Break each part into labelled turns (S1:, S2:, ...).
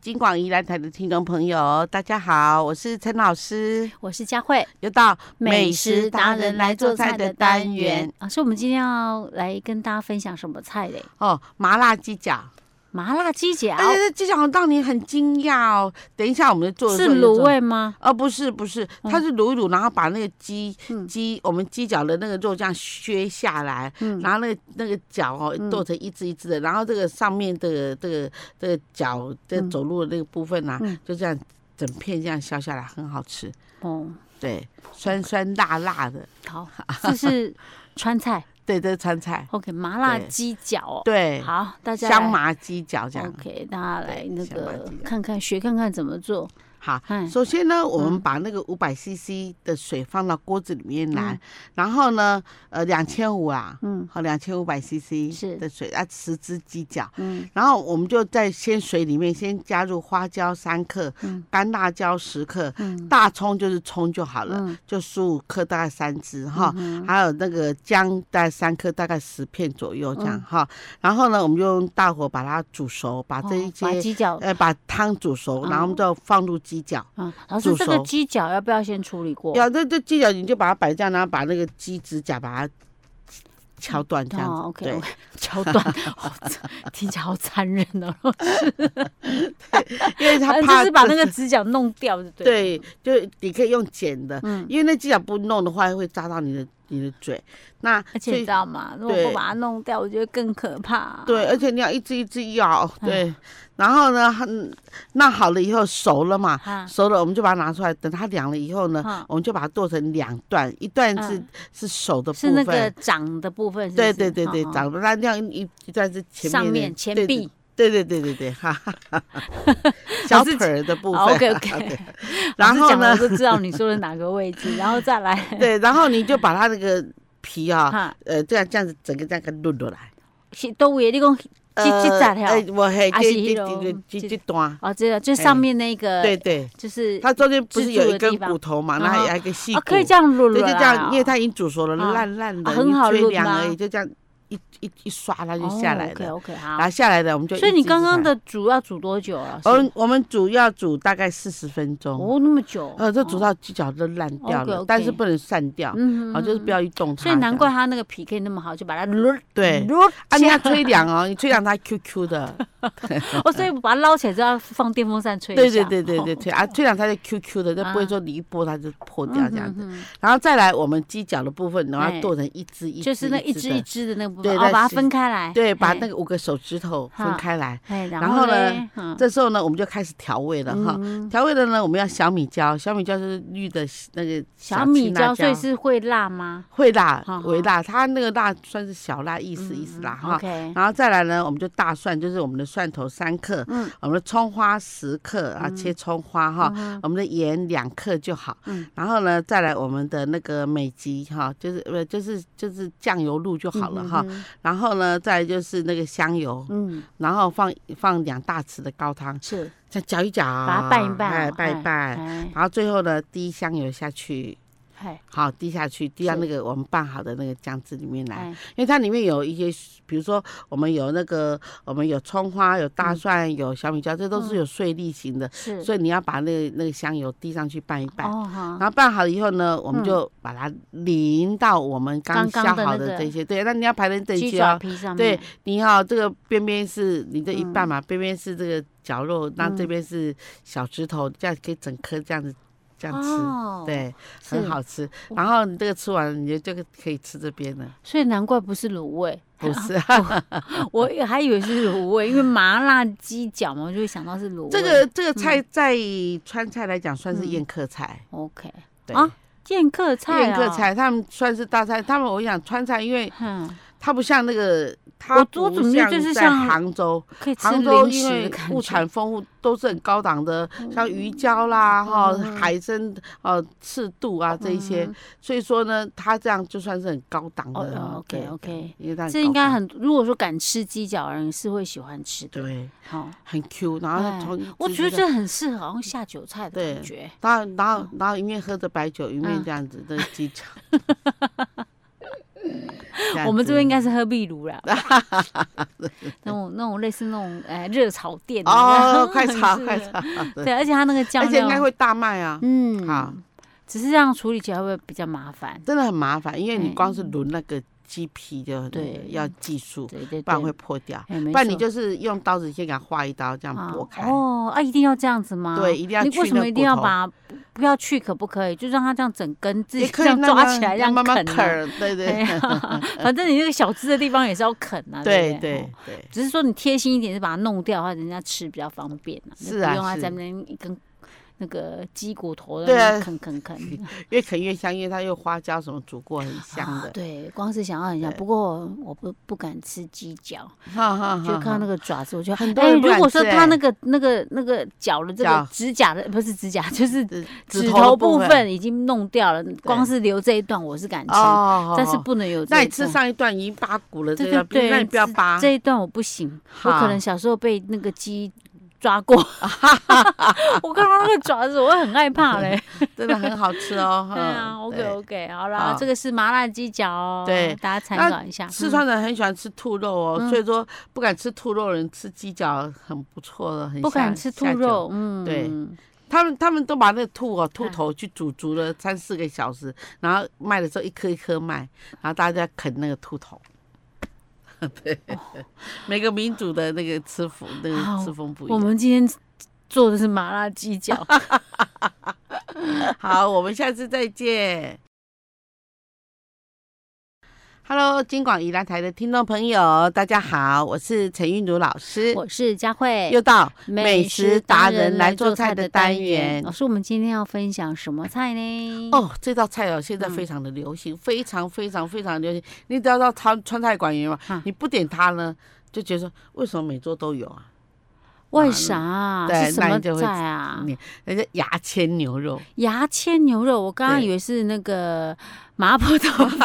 S1: 金广宜兰台的听众朋友，大家好，我是陈老师，
S2: 我是佳慧，
S1: 又到
S2: 啊，所以我们今天要来跟大家分享什么菜嘞？
S1: 哦，麻辣鸡脚，
S2: 麻辣鸡啊
S1: 而
S2: 脚
S1: 且这鸡脚让你很惊讶哦。等一下我们做的
S2: 是
S1: 时候就做
S2: 卤味吗？
S1: 哦，不是不是，它是卤一卤，然后把那个鸡
S2: 嗯
S1: 鸡我们鸡脚的那个肉这样削下来，
S2: 嗯，
S1: 然后那个那个脚哦
S2: 嗯
S1: 剁成一只一只的，然后这个上面这个这个这个脚的
S2: 嗯
S1: 走路的那个部分啊
S2: 嗯，
S1: 就这样整片这样削下来，很好吃。
S2: 哦，
S1: 对，酸酸辣辣的，
S2: 好，这是 川菜
S1: 对，这是川菜，
S2: ，OK，麻辣
S1: 对
S2: 鸡脚哦，
S1: 对，
S2: 好，大家来
S1: 香麻鸡脚这样。
S2: OK，大家来
S1: 对
S2: 那
S1: 香麻
S2: 个
S1: 鸡脚
S2: 看看学看看怎么做，
S1: 好，
S2: 哎，
S1: 首先呢，我们
S2: 嗯
S1: 把那个五百 CC 的水放到锅子里面来，然后呢，呃，两千五啊，
S2: 嗯
S1: 好，两千五百 CC
S2: 是
S1: 的水啊，十只鸡脚。
S2: 嗯
S1: 然后我们就在先水里面先加入花椒三克，
S2: 嗯
S1: 干辣椒十克，
S2: 嗯
S1: 大葱就是葱就好了，
S2: 嗯
S1: 就十五克，大概三支哈。
S2: 嗯
S1: 还有那个姜，大概三颗，大概十片左右
S2: 嗯
S1: 这样哈、然后呢，我们就用大火把它煮熟，把这一
S2: 哦把
S1: 些、
S2: 鸡嗯脚
S1: 呃把汤煮熟，然后我们就放入鸡脚。
S2: 啊，老师
S1: 煮
S2: 这个
S1: 熟
S2: 鸡脚要不要先处理过？
S1: 要这这鸡脚你就把它摆这样，然后把那个鸡指甲把它敲断这样子。
S2: 哦，OK，
S1: 对
S2: 桥段，哦这听起来好残忍哦。
S1: 因为它
S2: 反正
S1: 怕
S2: 就是把那个指甲弄掉，就对。，
S1: 对，就你可以用剪的，
S2: 嗯
S1: 因为那鸡脚不弄的话会扎到你的你的嘴。那
S2: 而且
S1: 所
S2: 你
S1: 以
S2: 知道吗？如果不
S1: 对
S2: 把它弄掉，我觉得更可怕、啊
S1: 对，而且你要一只一只咬，
S2: 嗯
S1: 对。然后呢，嗯那好了以后熟了嘛，
S2: 啊，
S1: 熟了我们就把它拿出来，等它凉了以后
S2: 嗯
S1: 呢，我们就把它剁成两段，一段是
S2: 嗯
S1: 是手的部
S2: 是那个
S1: 分。
S2: 长的部分是不
S1: 对
S2: 是，
S1: 对对对
S2: 哦，哦
S1: 长得那那样一一段是前面
S2: 上
S1: 的
S2: 面前
S1: 对
S2: 臂。
S1: 对对对对对，哈哈哈 哈小腿儿的部分。
S2: OK OK，
S1: 然后呢
S2: 我，就知道你说的哪个位置，然后再来
S1: 对，然后你就把它那个皮啊，
S2: 哈，
S1: 呃，这样这样子整个这样给抡落来。
S2: 是都位你讲这
S1: 呃
S2: 这咋条？
S1: 哎，我还
S2: 还
S1: 这这
S2: 是
S1: 这
S2: 那种
S1: 这
S2: 这
S1: 这段，
S2: 哦，这个就上
S1: 哎
S2: 面那个，
S1: 对，对，
S2: 就是
S1: 它中间不
S2: 自
S1: 是
S2: 助
S1: 有
S2: 的
S1: 一
S2: 地
S1: 根
S2: 方
S1: 骨头嘛，
S2: 然
S1: 然后
S2: 后
S1: 还有一个细
S2: 哦
S1: 骨，，
S2: 可以这样撸
S1: 对，就
S2: 了
S1: 这
S2: 啦
S1: 样，因为
S2: 哦
S1: 它已经煮熟了，
S2: 啊
S1: 烂烂的，
S2: 啊很好
S1: 吹
S2: 抡
S1: 凉而
S2: 吗
S1: 已，就这样一一一刷它就下来了，
S2: 哦 OK OK
S1: 然
S2: 好
S1: 后，下来的我们就一
S2: 所以
S1: 只
S2: 你
S1: 一只哦
S2: 刚刚
S1: 排，
S2: 的煮要煮多久啊？
S1: 我们我们煮要煮大概四十分钟，
S2: 哦，那么久，
S1: 呃，这煮
S2: 哦
S1: 到鸡脚都烂掉了，
S2: OK，OK
S1: 但是不能散掉，
S2: 嗯
S1: 好，就是不。
S2: 嗯嗯
S1: 要去动它，
S2: 所以难怪。它那个皮可以那么好，就把它撸
S1: 对，
S2: 撸
S1: 啊，你
S2: 起来
S1: 要吹凉哦，你吹凉 它 QQ 的，
S2: 哦，所以把它捞起来之后要放电风扇吹一
S1: 对对
S2: 下
S1: 对对对，
S2: 哦
S1: 吹啊，吹凉它就 QQ 的，就不会
S2: 啊
S1: 说你一拨它就破掉
S2: 嗯
S1: 这样
S2: 哼
S1: 子。
S2: 哼
S1: 然后再来我们鸡脚的部分，然
S2: 哎
S1: 后剁成一只一只，
S2: 就是那一只
S1: 只
S2: 一
S1: 的，
S2: 只哎的那个部分，
S1: 对
S2: 哦，
S1: 那
S2: 把它
S1: 是
S2: 分开来，
S1: 对，把
S2: 嘿
S1: 那，个五个手指头分
S2: 好
S1: 开来。
S2: 嘿然
S1: 然
S2: 后
S1: 后呢
S2: 嘞，嗯
S1: 这时候呢，我们就开始调味了哈。
S2: 嗯
S1: 调味的呢，我们要小米椒，小米椒就是绿的那个
S2: 小
S1: 青
S2: 米
S1: 辣
S2: 椒，所以是会辣吗？
S1: 会辣
S2: 好好
S1: 微辣，它那个辣算是小辣，意思意思啦哈。
S2: 嗯，OK，
S1: 然后再来呢，我们就大蒜，就是我们的蒜头三克，
S2: 嗯
S1: 我们的葱花十克，啊，切葱花哈，我们的盐两克就好。
S2: 嗯
S1: 然后呢，再来我们的那个美极哈，就是呃就是就是酱油露就好了哈。，然后呢，再来就是那个香油，
S2: 嗯嗯，
S1: 然后放放两大匙的高汤，
S2: 是，
S1: 再搅一搅，
S2: 把它拌一拌
S1: 哎
S2: 哦，
S1: 拌一拌，
S2: 哎，
S1: 然后最后呢，滴香油下去。
S2: 哎，
S1: 好，滴下去，滴到
S2: 是
S1: 那个我们拌好的那个酱汁里面来。
S2: 哎，
S1: 因为它里面有一些，比如说我们有那个，我们有葱花、有大蒜、
S2: 嗯
S1: 有小米椒，这都是有碎粒型的，
S2: 是，
S1: 所以你要把那个那个香油滴上去拌一拌。
S2: 哦哈，
S1: 然后拌好了以后呢，我们
S2: 嗯
S1: 就把它淋到我们刚削
S2: 刚刚的
S1: 好
S2: 那
S1: 的
S2: 个
S1: 这些。对，那你要排成整
S2: 鸡
S1: 齐
S2: 爪
S1: 哦。
S2: 皮上
S1: 对
S2: 面，
S1: 你要这个边边是你的一半
S2: 嗯
S1: 嘛，边边是这个绞肉，那这边是小指头，这样可以整颗这样子这样吃，
S2: 哦，
S1: 对，
S2: 是啊
S1: 很好吃。然后你这个吃完，你就就可以吃这边 了。
S2: 所以难怪不是卤味，
S1: 不是，啊
S2: 我也还以为是卤味，因为麻辣鸡脚嘛，我就会想到是卤味。
S1: 这个这个菜在川菜来讲算是
S2: 嗯
S1: 宴客菜，
S2: OK，
S1: 对，
S2: 啊剑客菜、啊，
S1: 宴客，菜他们算是大菜。他们我想川菜，因为
S2: 哼，
S1: 它不像那个，它
S2: 我我怎
S1: 不
S2: 么觉得就是
S1: 像在
S2: 像
S1: 杭州，
S2: 可以吃
S1: 杭州
S2: 零
S1: 因
S2: 食的
S1: 为
S2: 感
S1: 物
S2: 觉。
S1: 产丰富，都是很高档的，像鱼胶啦、哈
S2: 嗯
S1: 海参、呃赤肚啊这一些，所以说呢，它这样就算是很高档
S2: 哦
S1: 的了。
S2: 哦，OK，
S1: 对
S2: OK
S1: 因为它
S2: 这应该
S1: 高档
S2: 很，如果说敢吃鸡脚的人是会喜欢吃的。
S1: 对，
S2: 好、
S1: 很 Q，然后它
S2: 哎
S1: 从一
S2: 我
S1: 只
S2: 觉得
S1: 这
S2: 这很适合，好像下酒菜的
S1: 对
S2: 感觉。
S1: 然后，然后， 然后一面喝着白酒，一面
S2: 嗯
S1: 这样子的技巧。样
S2: 我们这
S1: 子
S2: 边应该是喝壁炉啦， 那种那种类似那种哎热炒店
S1: 哦，快炒
S2: 炒
S1: 快炒，对
S2: 对，而且它那个酱
S1: 而且应
S2: 料
S1: 该，会大卖啊，
S2: 嗯
S1: 好，
S2: 只是这样处理起来会不会比较麻烦？
S1: 真的很麻烦，因为你
S2: 哎
S1: 光是轮那个鸡皮就很
S2: 对
S1: 要技术，
S2: 对对对，
S1: 不然会破掉。
S2: 哎，没
S1: 不然你
S2: 错
S1: 就是用刀子先给它划一刀，这样
S2: 啊
S1: 拨开。
S2: 哦，啊，一定要这样子吗？
S1: 对一定要
S2: 你
S1: 去
S2: 为什
S1: 那
S2: 么
S1: 个
S2: 一
S1: 骨
S2: 定要
S1: 头
S2: 把不不要去可不可以？就让它这样整根自己
S1: 也
S2: 这
S1: 可以
S2: 样
S1: 那
S2: 抓
S1: 个
S2: 起来，这
S1: 要
S2: 样
S1: 慢慢
S2: 啃
S1: 啃
S2: 啊。
S1: 儿，对
S2: 哎
S1: 对
S2: 呀 反正你那个小吃的地方也是要啃啊，
S1: 对
S2: 不
S1: 对
S2: 哦
S1: 对，
S2: 只是说你贴心一点，是把它弄掉，的话人家吃比较方便啊，就是
S1: 啊
S2: 不用它
S1: 是
S2: 在那边一根那个鸡骨头
S1: 对啊
S2: 的啃啃啃。
S1: 越啃越香，因为它用花椒什么煮过，很香
S2: 啊
S1: 的。
S2: 对，光是想要很像，
S1: 对
S2: 不过我不不敢吃鸡脚，
S1: 哈哈
S2: 就看到那
S1: 个
S2: 个爪子，我就
S1: 很多
S2: 哎，
S1: 人不
S2: 如
S1: 敢
S2: 果说
S1: 吃
S2: 它
S1: 哎
S2: 那个那个那个脚的这
S1: 脚
S2: 个指甲的不是指甲，就是指
S1: 头
S2: 头
S1: 的部
S2: 部分已经弄掉了，光是留这一段我是敢吃，
S1: 哦，
S2: 但是
S1: 哦
S2: 不能有这一段。
S1: 那你吃上一段已经扒骨了，
S2: 对
S1: 这
S2: 对
S1: 个不是那
S2: 对
S1: 你不要扒。
S2: 这一段我不行，我
S1: 好
S2: 可能小时候被那个鸡抓 过，我看到那个爪子我会很害怕嘞。
S1: 真的很好吃哦。
S2: 对啊
S1: 哼
S2: ，OK
S1: 对
S2: OK，好啦，
S1: 好
S2: 这个是麻辣鸡脚哦，
S1: 对
S2: 大家参考一下。
S1: 四
S2: 嗯
S1: 川人很喜欢吃兔肉哦，所以说不敢吃兔肉的人吃鸡脚很不错的，很
S2: 嗯不敢
S1: 下
S2: 吃兔
S1: 下酒
S2: 肉，嗯，
S1: 对他们他们都把那个兔哦兔
S2: 哎
S1: 头去煮足了三四个小时，然后卖的时候一颗一颗卖，然后大家啃那个兔头。 对， 每个民族的那个吃法，那
S2: 哦好
S1: 个吃风不一
S2: 我
S1: 样。啊
S2: 们今天做的是麻辣鸡脚。
S1: 好，我们下次再见。Hello，金广宜兰台的听众朋友，大家好，我是陈韵如老师，
S2: 我是佳慧，
S1: 又到美食达人来做菜的单元
S2: 老。师，我们今天要分享什么菜呢？，
S1: 哦，这道菜哦，现在
S2: 嗯
S1: 非常的流行，非常非常非常流行。你只要到川川菜馆员嘛，
S2: 啊
S1: 你不点它呢，就觉得说为什么每桌都有啊？
S2: 为啥啊？
S1: 对
S2: 是什
S1: 那你
S2: 么
S1: 就会嗯
S2: 菜啊？
S1: 你人家牙签牛肉，
S2: 牙签牛肉，我刚刚
S1: 对
S2: 以为是那个麻婆 豆腐，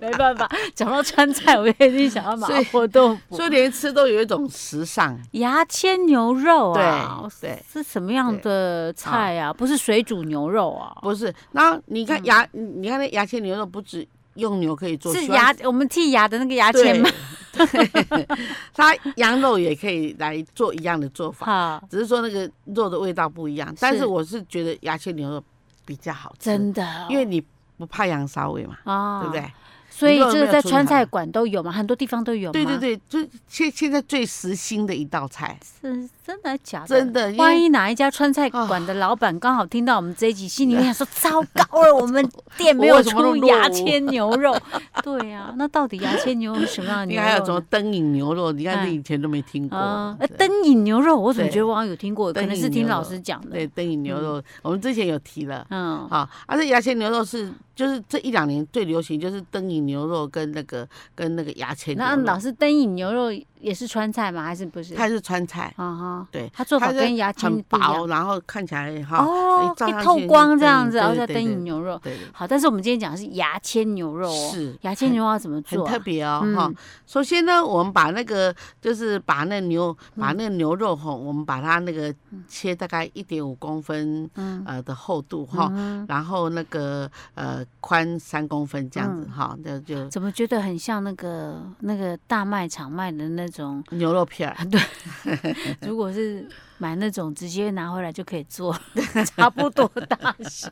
S2: 没办法，讲到川菜，我也一定想到麻
S1: 所以
S2: 婆豆腐。
S1: 所以连吃都有一种时尚。
S2: 牙签牛肉啊，
S1: 对对
S2: 是什么样的菜啊？不是水煮牛肉啊，
S1: 不是，然后你看牙，你看那牙签牛肉不止用牛可以做，
S2: 嗯是
S1: 喜欢
S2: 牙我们剔牙的那个牙签
S1: 对
S2: 吗？，
S1: 对它羊肉也可以来做一样的做法，
S2: 哈，
S1: 只是说那个肉的味道不一样。但
S2: 是
S1: 是我是觉得牙签牛肉比较好吃，
S2: 真的哦，
S1: 因为你不怕羊骚味嘛，
S2: 啊，
S1: 对不对？
S2: 所以
S1: 你如果
S2: 这个
S1: 没有
S2: 在
S1: 处理
S2: 川
S1: 好
S2: 菜馆都有嘛，很多地方都有嘛。
S1: 对对，对，就是现现在最时兴的一道菜，
S2: 是真的假的？
S1: 真的因为
S2: 万一哪一家川菜馆的老板刚好听到我们这一集，心里面想说：糟糕啊 了，我们店没有出牙签牛肉。对呀、那到底牙签牛肉是什么样的啊
S1: 你
S2: 牛
S1: 看还有什
S2: 肉
S1: 么
S2: 呢？
S1: 灯影牛肉，你看
S2: 哎
S1: 你以前都没听过
S2: 啊，呃
S1: 对
S2: 灯影牛肉，我怎么
S1: 对
S2: 觉得我好像有听过？可能
S1: 灯
S2: 是
S1: 影
S2: 听
S1: 牛肉
S2: 老师讲的。
S1: 对灯影牛肉，我们之前有提了。
S2: 嗯，
S1: 好，而且牙签牛肉是就是这一两年最流行，就是灯影牛肉跟那个跟那个牙签牛
S2: 那老
S1: 肉，
S2: 师灯影牛肉也是川菜吗？还是不是？
S1: 它是川菜，
S2: 啊哈，
S1: 对，
S2: 它做法
S1: 它是
S2: 跟牙签
S1: 很
S2: 不一样
S1: 薄，然后看起来哈，
S2: 哦
S1: 一，照
S2: 可以
S1: 上
S2: 透
S1: 去
S2: 光
S1: 就
S2: 这样
S1: 灯
S2: 子，
S1: 影
S2: 然后
S1: 对
S2: 叫
S1: 对
S2: 灯
S1: 对
S2: 影牛肉。
S1: 对对，
S2: 好，但是我们今天讲的是牙签牛肉哦，
S1: 是
S2: 牙签牛肉要怎么
S1: 很
S2: 做啊？
S1: 特别哦
S2: 嗯
S1: 哈、首先呢，我们把那个就是把那牛
S2: 嗯
S1: 把那个牛肉哈，我们把它那个切大概一点五公分
S2: 嗯
S1: 呃的厚度哈、
S2: 嗯
S1: 然后那个呃宽三公分这样子
S2: 嗯
S1: 哈，那、就
S2: 怎么觉得很像那个那个大卖场卖的那 种？
S1: 牛肉片
S2: 啊
S1: 儿。
S2: 如果是买那种直接拿回来就可以做， 差不多大小。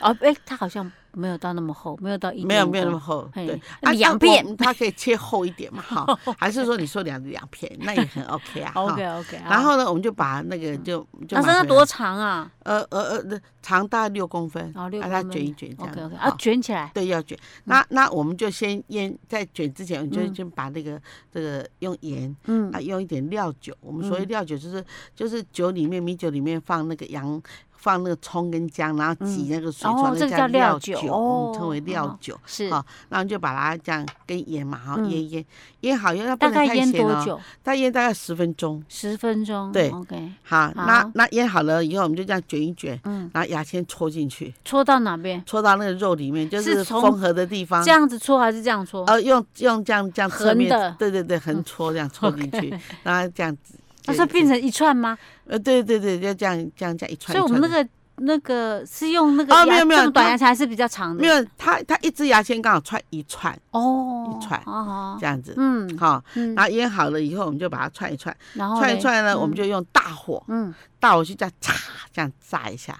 S2: 哦，哎、它好像没有到那么厚，没有到一
S1: 没有
S2: 点五
S1: 没有那么
S2: 公
S1: 厚，
S2: 嘿
S1: 对，
S2: 那两
S1: 像
S2: 片
S1: 我们它可以切厚一点嘛， 哈，还是说你说两两片，那也很 OK 啊，哈。
S2: OK OK 好。
S1: 然后呢，我们就把那个就就
S2: 老
S1: 买
S2: 师那
S1: 回来
S2: 多长啊？
S1: 呃呃呃，那长大概六公分，
S2: 哦，六
S1: 把
S2: 公
S1: 它
S2: 分
S1: 卷一卷这样
S2: OK OK，
S1: 哈
S2: 啊，卷起来。
S1: 对，要卷。那那我们就先腌，在卷之前，我们就
S2: 嗯
S1: 先把那个这个用盐
S2: 嗯
S1: 啊，用一点料酒。我们所谓
S2: 嗯
S1: 料酒就是就是酒里面米酒里面放那个洋。放那个葱跟姜，然后挤那个水
S2: 哦
S1: 出来，
S2: 这
S1: 那
S2: 个
S1: 叫
S2: 叫料
S1: 料
S2: 酒
S1: 酒，我
S2: 哦
S1: 们称为料
S2: 哦
S1: 酒。
S2: 是，
S1: 好，然后就把它这样跟盐嘛，哈，
S2: 嗯
S1: 腌腌腌好，因为它不
S2: 大
S1: 能
S2: 概
S1: 太
S2: 腌
S1: 咸
S2: 多
S1: 哦，
S2: 久？
S1: 它腌大概十分钟。
S2: 十分钟。
S1: 对
S2: ，OK，
S1: 好，那
S2: 好
S1: 那腌好了以后，我们就这样卷一卷，
S2: 嗯，
S1: 然后牙签戳进去，
S2: 戳到哪边？
S1: 戳到那个肉里面，就是是
S2: 从
S1: 缝合的地方
S2: 这。样子戳还是这样戳？
S1: 呃，用用这样这样侧
S2: 横
S1: 面
S2: 的嗯
S1: 对对对，横戳这样戳进去，然后这样子。
S2: 啊它是变
S1: 成
S2: 成一串吗？
S1: 呃，对对对，就这样这样这样一串
S2: 所
S1: 一
S2: 以我们
S1: 串
S2: 那
S1: 的。
S2: 个那个是用那个
S1: 哦没
S2: 牙
S1: 有没有
S2: 这么短
S1: 它
S2: 牙签还是比较长的？
S1: 没有它它一支牙签刚好串一串
S2: 哦，
S1: 一串
S2: 好好
S1: 这，样子，
S2: 嗯
S1: 好，
S2: 嗯，
S1: 然后腌好了以后，我们就把它串一串，
S2: 然后
S1: 串一
S2: 嘞
S1: 串呢，我们
S2: 嗯
S1: 就用大火
S2: 嗯，
S1: 大火去这样擦，这样炸一下，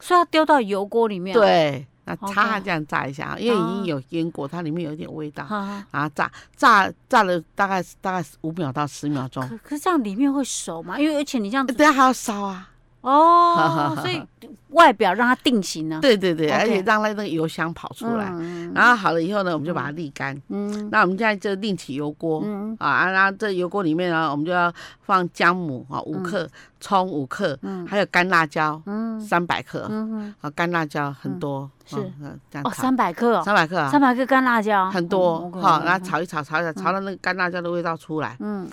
S2: 所以要丢到油锅里面。，啊
S1: 对，那
S2: 好
S1: 擦
S2: 好
S1: 这样炸一下，因为已
S2: 啊
S1: 经有腌过，它里面有一点味道，
S2: 好好。
S1: 然后炸炸炸了大概大概五秒到十秒钟，
S2: 可可是这样里面会熟吗？因为而且你这样子
S1: 等下还要烧啊。
S2: 哦，所以外表让它定型呢。
S1: 对对对，而
S2: OK
S1: 且让那那个油香跑出来。
S2: 嗯
S1: 然后好了以后呢，我们就把它沥干。
S2: 嗯
S1: 那我们现在就另起油锅、
S2: 嗯
S1: 啊啊，然后这油锅里面呢，我们就要放姜母啊五克，葱五克，
S2: 嗯
S1: 还有干辣椒
S2: 嗯
S1: 三百克。
S2: 嗯，
S1: 啊，干辣椒很多，
S2: 是
S1: 嗯嗯这样
S2: 哦，
S1: 炒
S2: 三百克哦，
S1: 三百克啊
S2: 三，百克干辣椒，
S1: 很多
S2: 嗯
S1: 好，
S2: ，OK，
S1: 然后炒一炒，炒一炒，炒到那个干辣椒的味道出来，
S2: 嗯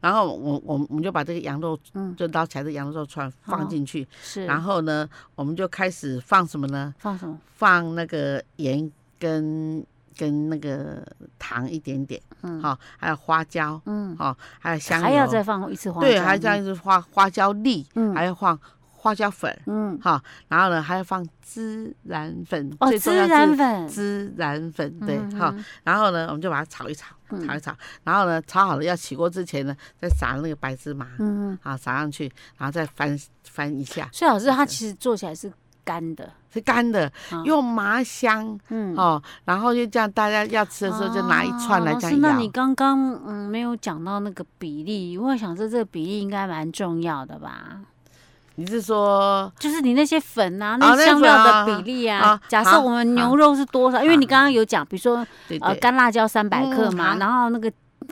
S1: 然后我我我们就把这个羊肉
S2: 嗯
S1: 就捞起来的羊肉串
S2: 好
S1: 放进去，
S2: 哦是，
S1: 然后呢，我们就开始放什么呢？
S2: 放什么？
S1: 放那个盐跟跟那个糖一点点，
S2: 嗯
S1: 好、还有花椒，
S2: 嗯，
S1: 好、还有香油，
S2: 还要再放一次花椒，
S1: 对，还有这样子花花椒粒，
S2: 嗯
S1: 还要放花椒粉，
S2: 嗯，
S1: 好、然后呢还要放孜然粉，
S2: 哦，
S1: 最重要
S2: 孜
S1: 是
S2: 然粉，
S1: 孜然粉，对，
S2: 嗯
S1: 好、
S2: 嗯嗯
S1: 然后呢我们就把它炒一炒，
S2: 嗯
S1: 炒一炒，然后呢炒好了要起锅之前呢，再撒那个白芝麻，
S2: 嗯，嗯
S1: 啊撒上去，然后再翻翻一下，
S2: 所以老师它其实做起来是干的，
S1: 是干的，
S2: 啊
S1: 用麻香。
S2: 嗯，
S1: 哦，然后就这样，大家要吃的时候就拿一串来
S2: 啊
S1: 这
S2: 老师
S1: 样
S2: 那
S1: 咬。
S2: 你刚刚嗯没有讲到那个比例，我想说这个比例应该蛮重要的吧？
S1: 你是说
S2: 就是你那些粉啊，
S1: 哦那
S2: 那香料的
S1: 粉
S2: 比
S1: 啊
S2: 例啊。
S1: 啊
S2: 假设
S1: 好
S2: 我们牛肉是多少？因为你
S1: 好
S2: 刚刚有讲，比如说
S1: 对
S2: 呃
S1: 对、
S2: 干辣椒三百克
S1: 嗯
S2: 嘛，
S1: 好
S2: 然后那个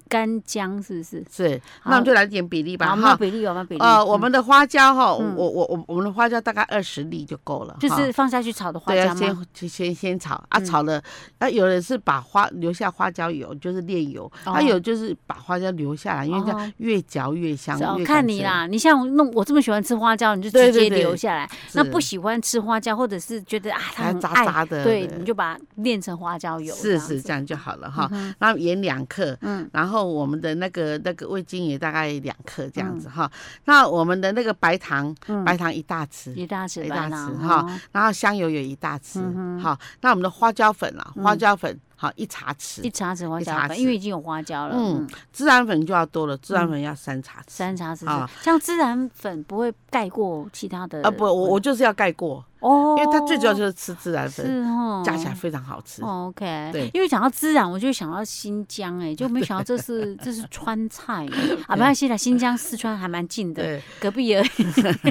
S2: 干姜是不是？
S1: 是？那
S2: 好
S1: 我们就来点比例
S2: 好
S1: 吧
S2: 我们有
S1: 哈。
S2: 比例啊有没有比例？
S1: 呃，我们的花椒哈，我
S2: 嗯
S1: 我我我们的花椒大概二十粒就够了哈，
S2: 嗯就是放下去炒的花
S1: 对，
S2: 椒
S1: 要
S2: 吗？
S1: 先先先先炒啊，
S2: 嗯
S1: 炒了啊，有人是把花留下花椒油，就是炼油，
S2: 哦
S1: 啊有就是把花椒留下来，因为这
S2: 哦
S1: 样越嚼越香
S2: 是哦，
S1: 越
S2: 看
S1: 敢
S2: 你
S1: 吃。
S2: 啦，你像弄我这么喜欢吃花椒，你就直
S1: 对
S2: 接
S1: 对对
S2: 留下来。那
S1: 是
S2: 不喜欢吃花椒，或者是觉得啊它
S1: 还
S2: 很
S1: 渣
S2: 爱，
S1: 渣的，
S2: 对，你就把它炼成花椒油。
S1: 是是这
S2: 这样
S1: 样就好了
S2: 子
S1: 哈。那盐两克，
S2: 嗯
S1: 嗯，然后我们的那个那个味精也大概两克这样子哈。那我们的那个白糖，
S2: 嗯
S1: 白糖一大匙
S2: 嗯，，一大匙
S1: 一
S2: 吧
S1: 大
S2: 啦
S1: 匙
S2: 哦
S1: 然后香油也一大匙
S2: 嗯哼，嗯
S1: 好。那我们的花椒粉啊，花椒粉好一茶
S2: 一
S1: 匙，
S2: 茶匙花
S1: 一
S2: 椒
S1: 茶
S2: 粉，
S1: 匙
S2: 因为已经有花椒了。
S1: 嗯
S2: 嗯，
S1: 孜然粉就要多了，孜然粉要三茶匙。
S2: 三茶匙
S1: 啊
S2: 是，像孜然粉不会盖过其他的
S1: 啊不，我我就是要盖过，
S2: 哦
S1: 因为它最主要就是吃孜然粉，
S2: 嗯是哦，
S1: 加起来非常好吃。
S2: 哦 OK，
S1: 对
S2: 因为讲到孜然，我就想到新疆、哎，就没想到这是这是川 菜耶啊，没关系啦，新疆四川还蛮近的，
S1: 对，
S2: 隔壁而已。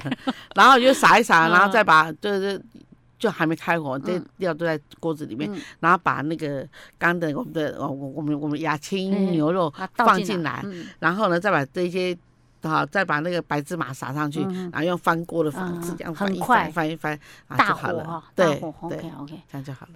S1: 然后你就撒一撒，
S2: 嗯
S1: 然后再把就是就还没开火，这
S2: 嗯
S1: 料都在锅子里面
S2: 嗯，
S1: 然后把那个刚的我们的我我我们我们牙
S2: 嗯
S1: 青牛肉
S2: 啊，倒
S1: 放
S2: 进
S1: 进来，
S2: 嗯
S1: 然后呢再把这些。好，再把那个白芝麻撒上去，
S2: 嗯
S1: 然后用翻锅的方
S2: 嗯
S1: 式这样
S2: 很
S1: 翻一
S2: 快
S1: 翻，翻一翻，啊
S2: 大
S1: 就好
S2: 火
S1: 了
S2: 哈。，大
S1: 对
S2: 火
S1: 对，
S2: OK OK，
S1: 这样就好了。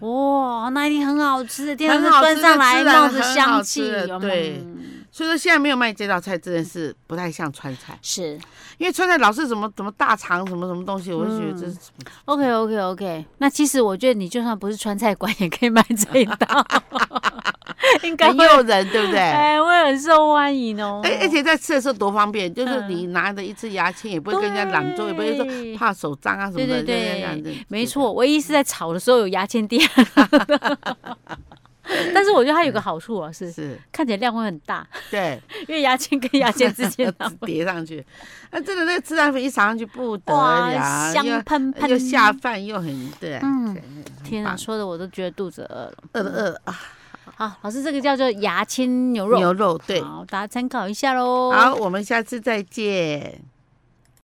S2: 哇，那一定很好吃，天
S1: 很
S2: 天
S1: 好吃
S2: 端上来
S1: 这孜然
S2: 冒着
S1: 很
S2: 香
S1: 好
S2: 气，
S1: 吃的
S2: 有没有
S1: 对
S2: 嗯
S1: 所以说现在没有卖这道菜，真的是不太像川菜，
S2: 是
S1: 因为川菜老是怎么怎么大肠什么什么东西，我就觉得这是什
S2: 嗯
S1: 么
S2: OK OK OK，那其实我觉得你就算不是川菜馆，也可以买这一 道，应该
S1: 很
S2: 会
S1: 诱人，对不对？
S2: 哎会很受欢迎哦。
S1: 哎而而且在吃的时候多方便，就是
S2: 嗯
S1: 你拿着一支牙签，也不会跟人家懒做，也不会
S2: 对
S1: 说怕手脏啊什么
S2: 对
S1: 的，
S2: 对对
S1: 就这样子。
S2: 没错，唯
S1: 嗯
S2: 一是在炒的时候有牙签垫。 但是我觉得它
S1: 嗯
S2: 有个好处啊，
S1: 对，
S2: 是
S1: 是，
S2: 看起来量会很大，
S1: 对，
S2: 因为牙签 跟牙签 之间啊，
S1: 叠上去，啊，真的那个孜然粉一撒上去不得
S2: 哇，
S1: 了，
S2: 香
S1: 又
S2: 喷喷，
S1: 又下饭又很对，
S2: 嗯
S1: 对
S2: 天啊，
S1: 棒
S2: 说的我都觉得肚子饿了。
S1: 饿了饿
S2: 好，老师，这个叫做牙签牛
S1: 了，
S2: 肉，
S1: 牛肉对。
S2: 好，大家参考一下喽。
S1: 好，我们下次再见。